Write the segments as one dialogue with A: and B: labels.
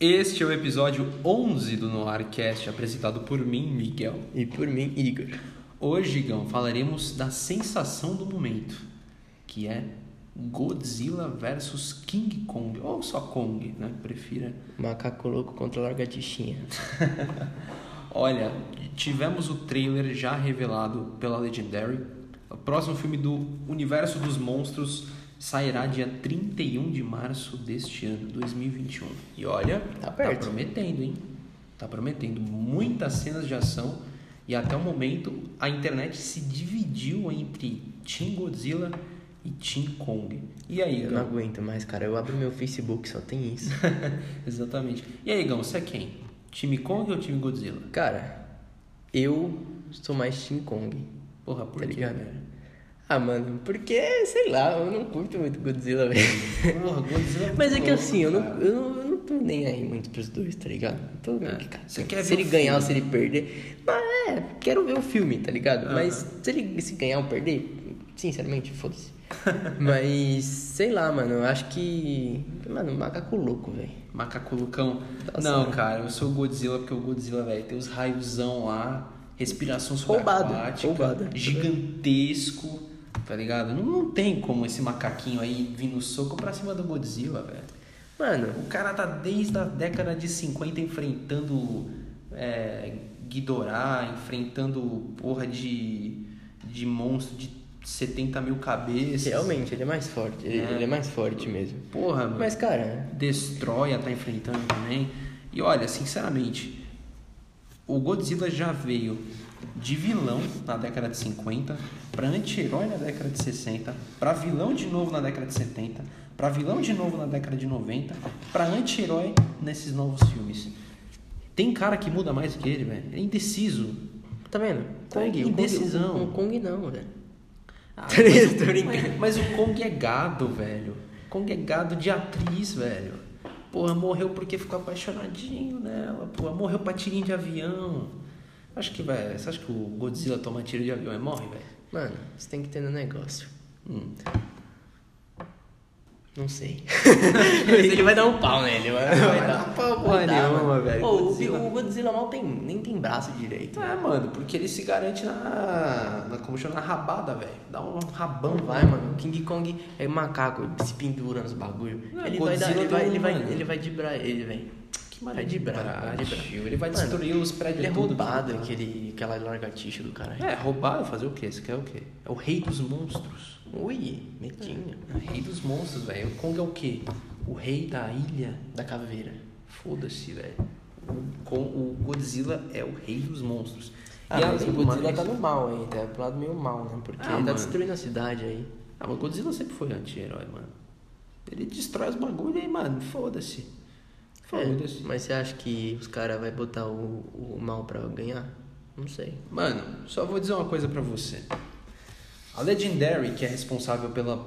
A: Este é o episódio 11 do Noircast, apresentado por mim, Miguel.
B: E por mim, Igor.
A: Hoje, Gão, falaremos da sensação do momento, que é Godzilla versus King Kong, ou só Kong, né? Prefira.
B: Macaco louco contra lagartixinha.
A: Olha, tivemos o trailer já revelado pela Legendary. O próximo filme do Universo dos Monstros sairá dia 31 de março deste ano, 2021. E olha,
B: Tá
A: tá,
B: perto.
A: prometendo, hein? Tá prometendo muitas cenas de ação e até o momento a internet se dividiu entre Team Godzilla e Team Kong. E aí,
B: Eu não
A: Gão?
B: aguento mais, cara. Eu abro meu Facebook, só tem isso.
A: Exatamente. E aí, Gão, você é quem? Time Kong ou time Godzilla?
B: Cara, eu sou mais Team Kong.
A: Porra, por
B: Tá
A: quê,
B: ligado?
A: velho?
B: Ah, mano, porque, sei lá, eu não curto muito Godzilla, velho.
A: Porra, Godzilla
B: Mas é que
A: louco,
B: assim, eu
A: cara.
B: não, eu, não, eu não tô nem aí muito pros dois, tá ligado? Tô meio
A: É.
B: que, cara,
A: Você quer
B: se
A: ver
B: ele
A: o
B: ganhar ou se
A: filme.
B: ele perder. Mas é, quero ver o filme, tá ligado?
A: Aham.
B: Mas se ele se ganhar ou perder, sinceramente, foda-se. Mas, sei lá, mano, eu acho que. Mano, um macaco louco, velho.
A: Macaco Lucão.
B: Nossa,
A: não,
B: mano.
A: cara, eu sou o Godzilla porque o Godzilla, velho, tem os raiozão lá, respiração
B: Roubado,
A: subaquática,
B: roubado.
A: gigantesco, tá ligado? Não, não tem como esse macaquinho aí vir no soco pra cima do Godzilla, velho.
B: Mano,
A: O cara tá desde a década de 50 enfrentando é, Ghidorah, enfrentando porra de, de monstro de 70 mil cabeças.
B: realmente, ele é mais forte. Ele
A: É.
B: ele é mais forte mesmo.
A: Porra, mano.
B: Mas, cara,
A: Destroia tá enfrentando também. E olha, sinceramente, o Godzilla já veio de vilão na década de 50, pra anti-herói na década de 60, pra vilão de novo na década de 70, pra vilão de novo na década de 90, pra anti-herói nesses novos filmes. Tem cara que muda mais que ele, velho. É indeciso.
B: tá vendo? Kong,
A: indecisão.
B: O Kong, o Kong não, velho.
A: Tá ligado? Tô brincando. Mas, o Kong é gado, velho. Kong é gado de atriz, velho. Porra, morreu porque ficou apaixonadinho nela. Porra, morreu pra tirinho de avião. Acho que, velho, você acha que o Godzilla toma tiro de avião e morre, velho?
B: Mano, você tem que ter no negócio.
A: Hum.
B: Não sei. ele vai dar um pau nele, mano. Vai, dar um pau
A: porra nenhuma, velho.
B: Pô,
A: Godzilla-
B: O, o Godzilla mal tem, nem tem braço direito.
A: É, mano, porque ele se garante na. na como chama? Na rabada, velho. Dá um rabão,
B: Não vai, mano. O King Kong é macaco, ele se pendura nos bagulho.
A: Não,
B: ele, vai dar,
A: Godzilla
B: ele, vai,
A: não,
B: ele, vai,
A: mano.
B: ele vai dibrar ele, velho.
A: Que
B: Vai dibrar, vai dibrar.
A: maravilha. É Ele vai
B: É Mano,
A: destruir os prédios
B: Ele é
A: tudo.
B: roubado, aquele, aquela largatixa do cara.
A: É, roubado fazer o quê? Você quer o quê? É o rei dos monstros.
B: Ui, metinho.
A: O Rei dos monstros, velho. O Kong é o quê? O rei da ilha?
B: Da caveira.
A: Foda-se, velho. O, Kong- o Godzilla é o rei dos monstros.
B: Ah, mas o
A: além do
B: Godzilla
A: mais-
B: tá no mal aí, tá pro lado meio mal, né? Porque
A: Ah,
B: ele tá
A: mano.
B: destruindo a cidade aí.
A: Ah, mas o Godzilla sempre foi anti-herói, mano. Ele destrói os bagulho aí, mano. Foda-se.
B: É,
A: Foda-se.
B: mas você acha que os caras vão botar o, o mal pra ganhar? Não sei.
A: Mano, só vou dizer uma coisa pra você. A Legendary, que é responsável pela,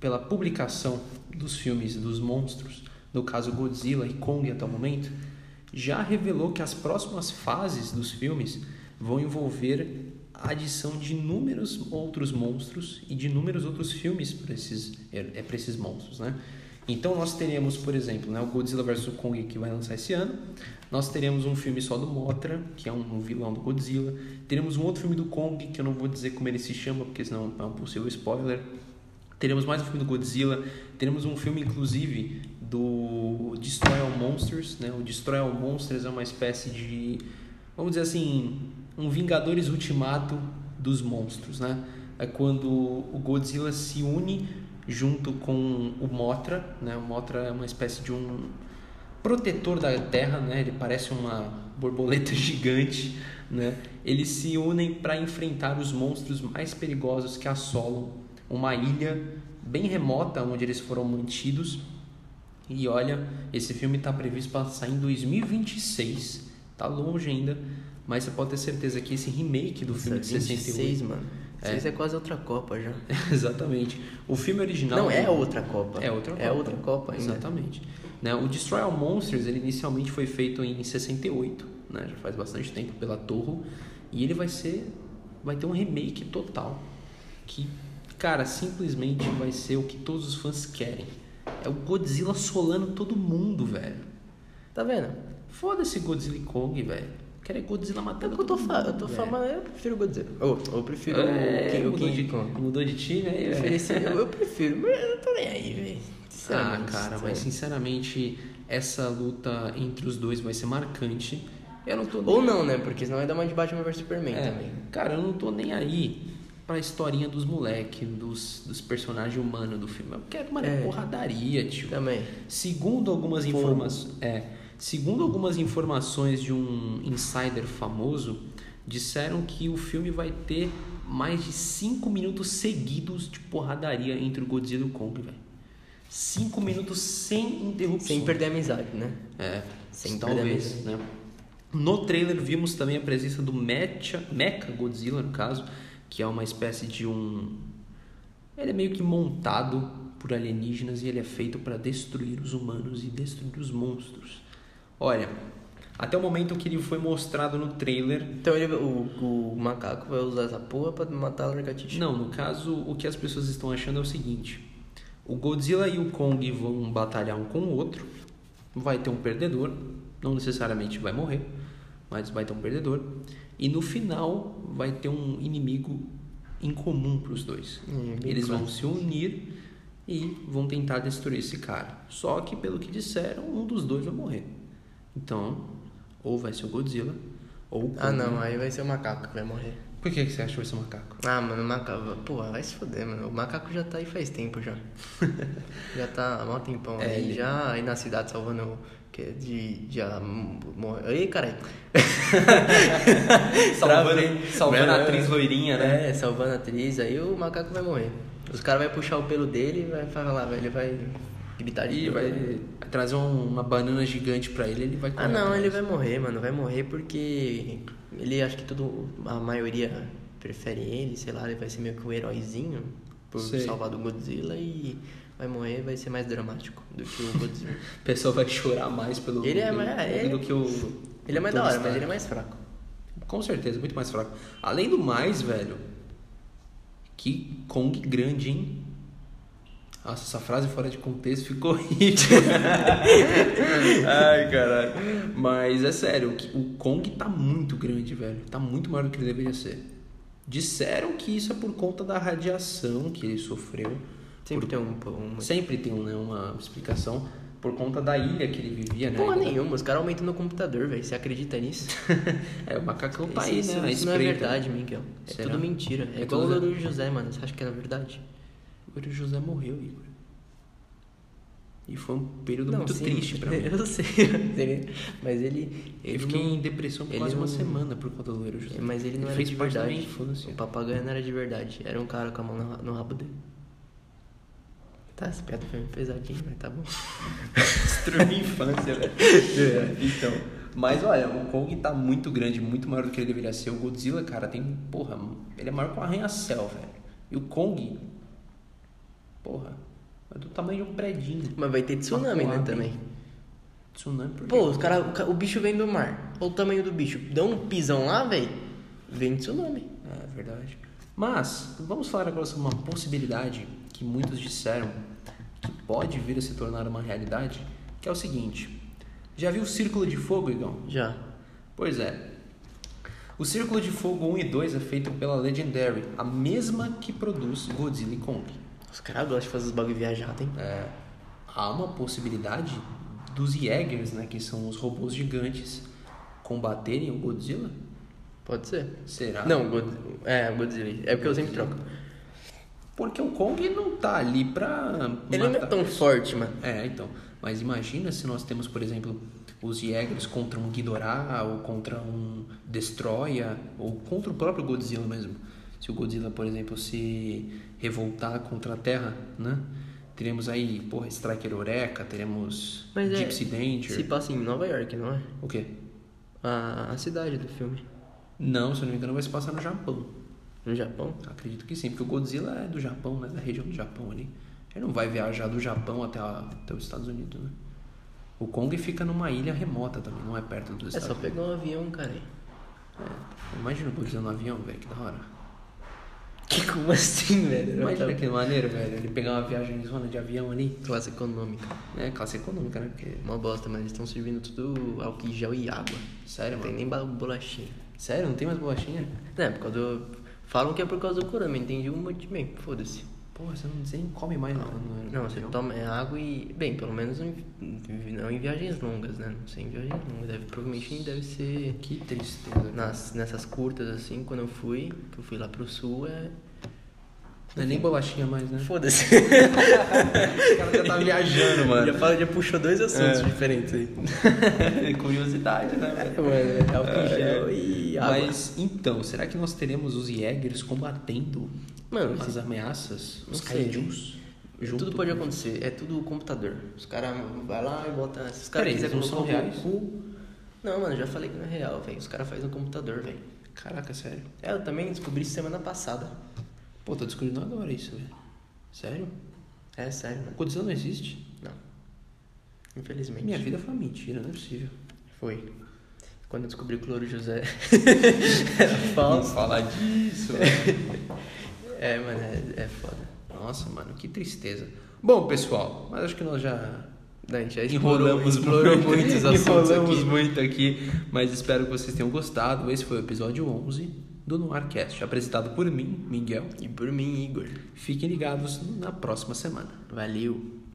A: pela publicação dos filmes dos monstros, no caso Godzilla e Kong até o momento, já revelou que as próximas fases dos filmes vão envolver a adição de inúmeros outros monstros e de inúmeros outros filmes para esses, é, pra esses monstros, né? Então nós teremos, por exemplo, né, o Godzilla vs Kong que vai lançar esse ano. Nós teremos um filme só do Mothra, que é um vilão do Godzilla. Teremos um outro filme do Kong, que eu não vou dizer como ele se chama, porque senão é um possível spoiler. Teremos mais um filme do Godzilla. Teremos um filme, inclusive, do Destroy All Monsters. Né? O Destroy All Monsters é uma espécie de. Vamos dizer assim. Um Vingadores Ultimato dos monstros. Né? É quando o Godzilla se une junto com o Mothra. Né? O Mothra é uma espécie de um protetor da Terra, né? Ele parece uma borboleta gigante, né? Eles se unem para enfrentar os monstros mais perigosos que assolam uma ilha bem remota onde eles foram mantidos. E olha, esse filme está previsto para sair em 2026. Tá longe ainda, mas você pode ter certeza que esse remake do filme de
B: 26,
A: 68
B: mano. É. é quase outra Copa já.
A: Exatamente. O filme original
B: Não, é outra Copa.
A: é outra Copa.
B: É outra Copa ainda.
A: Exatamente. Né, o Destroy All Monsters, ele inicialmente foi feito em 68, né, já faz bastante tempo, pela Torre. E ele vai ser... Vai ter um remake total. Que, cara, simplesmente vai ser o que todos os fãs querem. É o Godzilla solando todo mundo, velho.
B: Tá vendo?
A: Foda-se Godzilla e Kong, velho. Quero é Godzilla
B: É o
A: matando
B: que eu tô
A: todo mundo,
B: falando. Eu tô
A: velho.
B: falando, eu prefiro Godzilla. Ou eu prefiro
A: É,
B: o King, o
A: mudou,
B: King
A: de,
B: Kong.
A: mudou de ti, né?
B: Eu,
A: velho?
B: prefiro, eu, eu prefiro, mas eu não tô nem aí, velho.
A: Ah,
B: Sinceramente.
A: cara, mas
B: sério.
A: sinceramente, essa luta entre os dois vai ser marcante. Eu não tô
B: Ou
A: nem-
B: não, né? Porque senão vai dar uma de Batman vs Superman
A: É,
B: também.
A: Cara, eu não tô nem aí pra historinha dos moleque, dos, dos personagens humanos do filme. Eu quero, mano,
B: É.
A: porradaria, tio.
B: Também.
A: Segundo algumas
B: Fogo.
A: informações, é, segundo algumas informações de um insider famoso, disseram que o filme vai ter mais de 5 minutos seguidos de porradaria entre o Godzilla e o Kong, velho. 5 minutos sem interrupção.
B: Sem perder a amizade, né?
A: É,
B: Sem
A: talvez, né? No trailer vimos também a presença do Mecha, Mecha Godzilla, no caso, que é uma espécie de um... Ele é meio que montado por alienígenas e ele é feito para destruir os humanos e destruir os monstros. Olha, até o momento que ele foi mostrado no trailer...
B: Então ele, o, o macaco vai usar essa porra pra matar a lagartixa.
A: Não, no caso, o que as pessoas estão achando é o seguinte. O Godzilla e o Kong vão batalhar um com o outro. Vai ter um perdedor. Não necessariamente vai morrer, mas vai ter um perdedor. E no final vai ter um inimigo em comum para os dois.
B: Hum, bem
A: Eles
B: claro.
A: vão se unir e vão tentar destruir esse cara. Só que, pelo que disseram, um dos dois vai morrer. Então, ou vai ser o Godzilla, ou o Kong.
B: Ah, não, aí vai ser o macaco que vai morrer.
A: Por que, que você acha que vai ser o macaco?
B: Ah, mano, o macaco. Porra, vai se foder, mano. O macaco já tá aí faz tempo já. já tá há mó tempão
A: É,
B: aí.
A: ele-
B: Já aí na cidade salvando. o- Que de. Já. Morreu. Ei, caralho.
A: Salvando,
B: Travei.
A: salvando a
B: É,
A: atriz loirinha, né?
B: É, salvando a atriz. Aí o macaco vai morrer. Os caras vão puxar o pelo dele e vai falar, velho. Ele vai gritar de
A: E
B: dor.
A: vai trazer um- uma banana gigante pra ele, ele vai
B: Ah
A: correr
B: não,
A: atrás.
B: ele vai morrer, mano. Vai morrer porque ele acha que todo a maioria prefere ele, sei lá, ele vai ser meio que o heróizinho por
A: Sei.
B: salvar do Godzilla e vai morrer, vai ser mais dramático do que o Godzilla.
A: O pessoal vai chorar mais pelo
B: ele é
A: pelo-
B: mais ele,
A: do que o.
B: ele é mais
A: Tony
B: da hora,
A: Stark.
B: mas ele é mais fraco.
A: Com certeza, muito mais fraco. Além do mais, velho. Que Kong grande, hein? Nossa, essa frase fora de contexto ficou horrível. Ai, caralho. Mas é sério, o Kong tá muito grande, velho. Tá muito maior do que ele deveria ser. Disseram que isso é por conta da radiação que ele sofreu.
B: Sempre tem um, um
A: Sempre tem né, uma explicação por conta da ilha que ele vivia, né?
B: Porra nenhuma, os caras aumentam no computador, velho. Você acredita nisso?
A: é, o macacão tá
B: Isso-
A: aí,
B: isso,
A: né? a
B: isso não é
A: espreita.
B: verdade, Miguel. É
A: Será?
B: tudo É mentira. É,
A: É
B: igual o
A: tudo-
B: Louro José, mano. Você acha que era verdade?
A: O Yuri José morreu, Igor. E foi um período muito
B: sim,
A: triste pra mim.
B: Eu sei, ele- mas ele. ele
A: eu fiquei
B: não-
A: em depressão por
B: ele
A: quase uma
B: não-
A: semana por conta do Loiro José.
B: É, Mas ele não era
A: fez
B: de
A: parte da minha
B: verdade.
A: infância.
B: O papagaio não era de verdade. Era um cara com a mão na- no rabo dele. Tá, essa piada foi meio pesadinha, mas tá bom.
A: Destruiu minha infância,
B: né?
A: velho. Então. Mas olha, o Kong tá muito grande, muito maior do que ele deveria ser. O Godzilla, cara, tem. Porra, ele é maior que um arranha-céu, velho. E o Kong. Porra, é do tamanho de um predinho.
B: Mas vai ter tsunami, né,
A: porrada,
B: também.
A: hein? Tsunami por quê?
B: Pô, os cara, o, ca- o bicho vem do mar. Olha o tamanho do bicho. Dá um pisão lá, velho. Vem tsunami.
A: É verdade. Mas vamos falar agora sobre uma possibilidade que muitos disseram que pode vir a se tornar uma realidade, que é o seguinte. Já viu o Círculo de Fogo, Igão?
B: Já.
A: Pois é. O Círculo de Fogo 1 e 2 é feito pela Legendary, a mesma que produz Godzilla e Kong.
B: Os caras gostam de fazer os bagulho viajado, hein?
A: É, há uma possibilidade dos Jaegers, né, que são os robôs gigantes, combaterem o Godzilla?
B: Pode ser.
A: Será?
B: Não, God... é, Godzilla. É porque eu sempre troco.
A: Porque o Kong não tá ali pra
B: Ele não é
A: matar-
B: tão forte, mano.
A: É, então. Mas imagina se nós temos, por exemplo, os Jaegers contra um Ghidorah, ou contra um Destroya, ou contra o próprio Godzilla mesmo. Se o Godzilla, por exemplo, se revoltar contra a Terra, né? Teremos aí, porra, Striker Eureka, teremos
B: Mas é-
A: Gypsy Danger.
B: Se passa em Nova York, não é?
A: O quê?
B: A, a cidade do filme.
A: Não, se eu não me engano, vai se passar no Japão.
B: No Japão.
A: Acredito que sim, porque o Godzilla é do Japão, né? Da região do Japão ali. Ele não vai viajar do Japão até, a- até os Estados Unidos, né? O Kong fica numa ilha remota também, não é perto dos
B: É
A: Estados
B: só
A: Unidos.
B: pegar um avião, cara.
A: Imagina o Godzilla no avião, velho, que da hora.
B: Que como assim, velho?
A: Imagina que maneiro, velho. Ele pegar uma viagem zona de avião ali.
B: Classe econômica.
A: É, classe econômica, né? Porque.
B: Uma bosta, mas eles estão servindo tudo álcool em gel e água.
A: Sério,
B: Não tem
A: mano?
B: nem ba- bolachinha.
A: Sério, não tem mais bolachinha?
B: Não, é por causa do... Falam que é por causa do corona, mas entendi um monte de bem, foda-se.
A: Porra, você não nem come mais não. no
B: Não, você
A: avião.
B: toma é água e... Bem, pelo menos em- não em viagens longas, né? Não sei em viagens longas. Deve, provavelmente deve ser...
A: Que tristeza. Não,
B: Nas, nessas curtas, assim, quando eu fui, que eu fui lá pro sul, é...
A: não é nem bolachinha mais, né?
B: Foda-se.
A: O cara já tá viajando,
B: Já, fala, já puxou dois assuntos diferentes aí.
A: É Curiosidade, né? velho?
B: É, mano, é álcool em gel
A: É.
B: e água.
A: Mas então, será que nós teremos os Jägers combatendo
B: Mano,
A: as ameaças?
B: não
A: Os
B: sei.
A: kaijus?
B: tudo pode acontecer. É tudo computador. Os caras vai lá e bota... Se os
A: Peraí,
B: caras
A: eles
B: quiserem
A: não são
B: colocar o
A: reais?
B: cu- Não, mano, já falei que não é real, velho. Os caras fazem no computador, velho.
A: Caraca, sério.
B: É, eu também descobri isso semana passada.
A: Pô, tô descobrindo agora isso, velho. Sério?
B: É, sério,
A: O
B: mano.
A: Godzilla não existe?
B: Não. Infelizmente.
A: Minha vida foi uma mentira, não é possível.
B: Foi. Quando eu descobri que o Louro José era falso.
A: falar disso, velho.
B: É, mano, é, é foda.
A: Nossa, mano, que tristeza. Bom, pessoal, mas acho que nós já
B: Não, a gente já
A: Enrolamos
B: explorou
A: muito,
B: muitos assuntos
A: enrolamos
B: aqui.
A: muito aqui, mas espero que vocês tenham gostado. Esse foi o episódio 11 do Noircast, apresentado por mim, Miguel.
B: E por mim, Igor.
A: Fiquem ligados na próxima semana.
B: Valeu.